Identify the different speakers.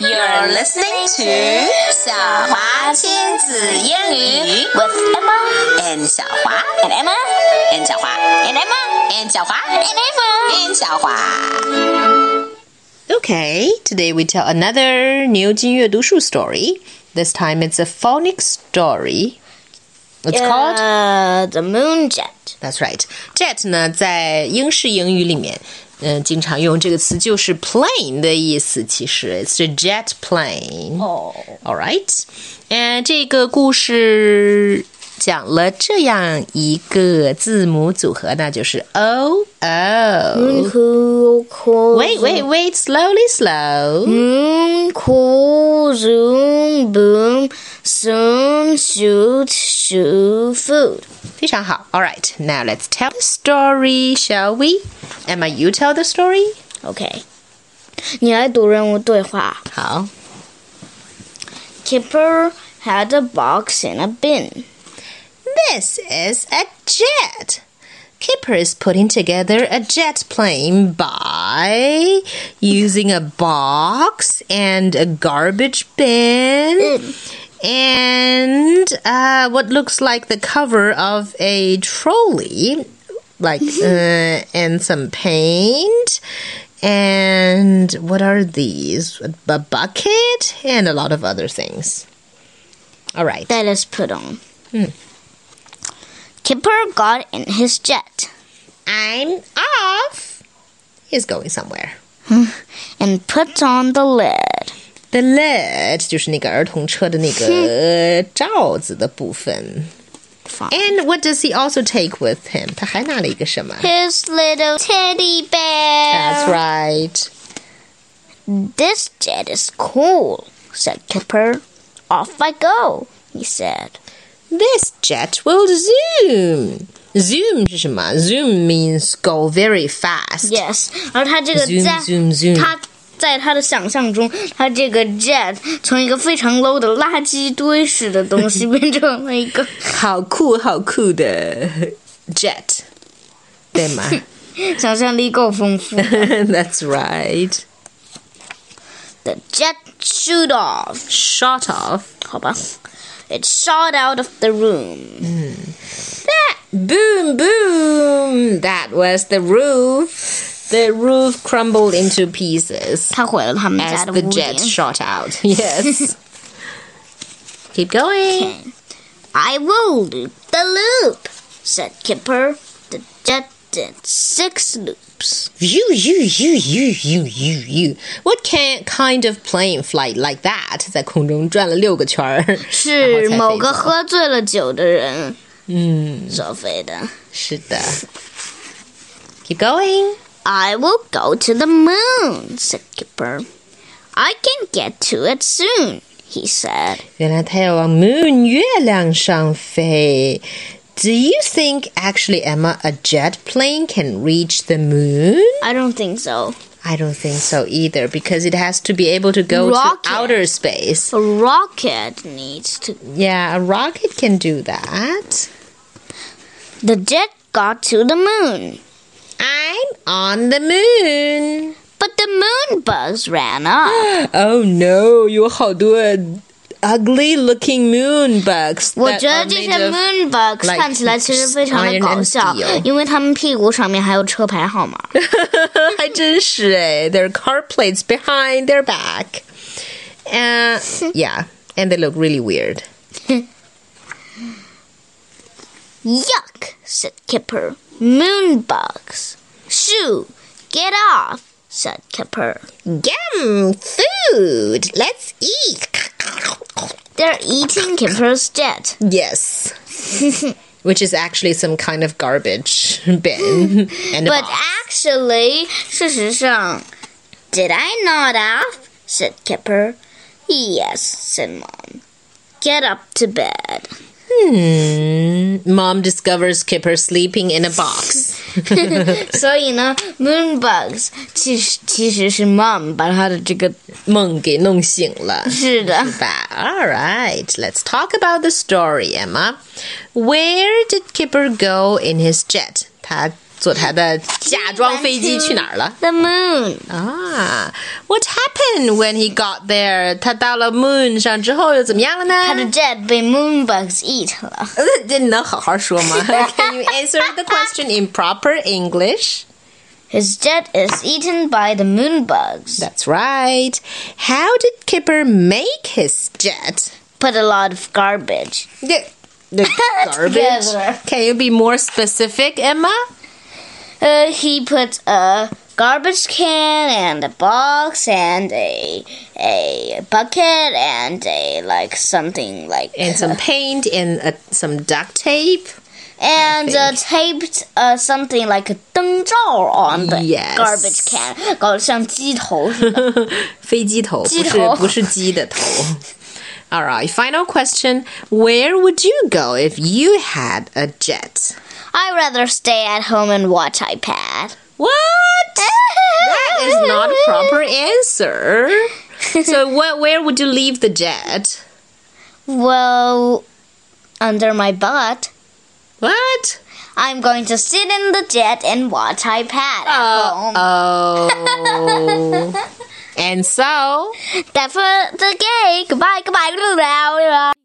Speaker 1: You're listening to 小华亲子英语 with Emma and 小华 and Emma and 小华 and Emma and 小华 and Emma and 小华。
Speaker 2: Okay, today we tell another New Jin Yue Shu story. This time it's a phonics story. It's called
Speaker 3: Uh, the moon jet.
Speaker 2: That's right. Jet 呢，在英式英语里面，嗯、经常用这个词就是 plane 的意思。其实，it's a jet plane。
Speaker 3: 哦
Speaker 2: All right，嗯，这个故事讲了这样一个字母组合，那就是 O O。
Speaker 3: Moon cool
Speaker 2: Wait, wait, wait! Slowly, slow.
Speaker 3: Moon cool zoom boom soon shoot shoot food.
Speaker 2: 非常好。All right, now let's tell the story, shall we? Emma, you tell the story.
Speaker 3: Okay. 你来读任务对话。
Speaker 2: 好。
Speaker 3: Kipper had a box in a bin.
Speaker 2: This is a jet. Kipper is putting together a jet plane by using a box and a garbage bin and uh, what looks like the cover of a trolley, like uh, and some paint. And what are these? A bucket and a lot of other things. All right.
Speaker 3: That is put on. Kipper got in his jet
Speaker 2: I'm off. He's going somewhere.
Speaker 3: and put on the lid.
Speaker 2: The lid 就是那个儿童车的那个罩子的部分。And what does he also take with him? 他还拿了一个什么？That's
Speaker 3: His little teddy bear.
Speaker 2: right.
Speaker 3: This jet is cool, said Kipper. Off I go, he said.
Speaker 2: This jet will zoom. Zoom 是什么? Zoom means go very fast.
Speaker 3: Yes，而他这个
Speaker 2: Zoom,
Speaker 3: jet，
Speaker 2: zoom, zoom
Speaker 3: 他在他的想象中，他这个 jet 从一个非常 low 的垃圾堆似的东西变成了一 个，
Speaker 2: 好酷好酷的 jet. 对吗？
Speaker 3: 想象力够丰富。
Speaker 2: That's right.
Speaker 3: The jet shoot off，
Speaker 2: Shot off.
Speaker 3: 好吧，it shot out of the room。
Speaker 2: Hmm.
Speaker 3: Eh,
Speaker 2: Boom, boom! That was the roof. The roof crumbled into pieces
Speaker 3: 他毁了他们
Speaker 2: as
Speaker 3: 家的屋
Speaker 2: the jet
Speaker 3: 顶。
Speaker 2: shot out. Yes. Keep going.
Speaker 3: I will loop the loop, said Kipper. The jet did six loops.
Speaker 2: You, you, you, you, you, you, you. What can, kind of plane flight like that? 在空中转了六个圈儿。
Speaker 3: 是
Speaker 2: 然后才
Speaker 3: 某个
Speaker 2: 飞走。
Speaker 3: 喝醉了酒的人，嗯，所飞的。
Speaker 2: 是的。Keep going.
Speaker 3: I will go to the moon, said Kipper. I can get to it soon, he said.
Speaker 2: 原来他要往 moon 月亮上飞。Do you think actually Emma a jet plane can reach the moon?
Speaker 3: I don't think so.
Speaker 2: I don't think so either because it has to be able to go
Speaker 3: Rocket.
Speaker 2: to outer space.
Speaker 3: A rocket needs to.
Speaker 2: Yeah, a rocket can do that.
Speaker 3: The jet got to the moon,
Speaker 2: I'm on the moon.
Speaker 3: but the moon bus ran off.
Speaker 2: Oh no, 有好多 ugly looking moon bugs.
Speaker 3: 我
Speaker 2: that
Speaker 3: 觉得
Speaker 2: are
Speaker 3: 这
Speaker 2: made
Speaker 3: 些
Speaker 2: of-
Speaker 3: moon bugs
Speaker 2: like
Speaker 3: 看起来其实非常的
Speaker 2: iron and
Speaker 3: 搞笑
Speaker 2: steel.，
Speaker 3: 因为他们屁股上面还有车牌号 码。
Speaker 2: 还真是哎，their car plates behind their back. Uh, yeah, and they look really weird.
Speaker 3: Yuck, said Kipper. Moon bugs. Shoo, get off, said Kipper.
Speaker 2: Yum, food. Let's eat.
Speaker 3: They're eating Kipper's jet.
Speaker 2: Yes. Which is actually some kind of garbage bin and a
Speaker 3: But
Speaker 2: box.
Speaker 3: actually, 事实上, did I nod off? said Kipper. Yes, said Mom. Get up to bed.
Speaker 2: Hmm. Mom discovers Kipper sleeping in a box.
Speaker 3: 所以呢, moon bugs 其实-其实是 mom 把它的这个-
Speaker 2: 梦给弄醒了。
Speaker 3: 是的。
Speaker 2: Ba- All right, let's talk about the story, Emma. Where did Kipper go in his jet? 他坐他的假装飞机去哪儿了？
Speaker 3: The moon.
Speaker 2: Ah, what happened when he got there? 他到了 moon
Speaker 3: 他的
Speaker 2: 上之后又怎么样了呢？
Speaker 3: jet 被 moon bugs eat 了。
Speaker 2: 这你能好好说吗？Can you answer the question in proper English?
Speaker 3: His jet is eaten by the moon bugs.
Speaker 2: That's right. How did Kipper make his jet?
Speaker 3: Put a lot of garbage.
Speaker 2: The, the
Speaker 3: Together.
Speaker 2: garbage. Can you be more specific, Emma?
Speaker 3: Uh, he puts a garbage can and a box and a a bucket and a like something like
Speaker 2: And some paint and uh, some duct tape.
Speaker 3: and uh, taped uh, something like a 灯罩 on the
Speaker 2: Yes.
Speaker 3: garbage can，搞得像鸡头似的。
Speaker 2: 飞机头，
Speaker 3: 鸡头。
Speaker 2: All right, final question. Where would you go if you had a jet?
Speaker 3: I rather stay at home and watch iPad.
Speaker 2: What? That is not a proper answer. So, what, where would you leave the jet?
Speaker 3: Well, under my butt.
Speaker 2: What?
Speaker 3: I'm going to sit in the jet and watch iPad
Speaker 2: Uh,
Speaker 3: at home.
Speaker 2: Oh. and so.
Speaker 3: That's for the day. Goodbye, goodbye, blah, blah, blah.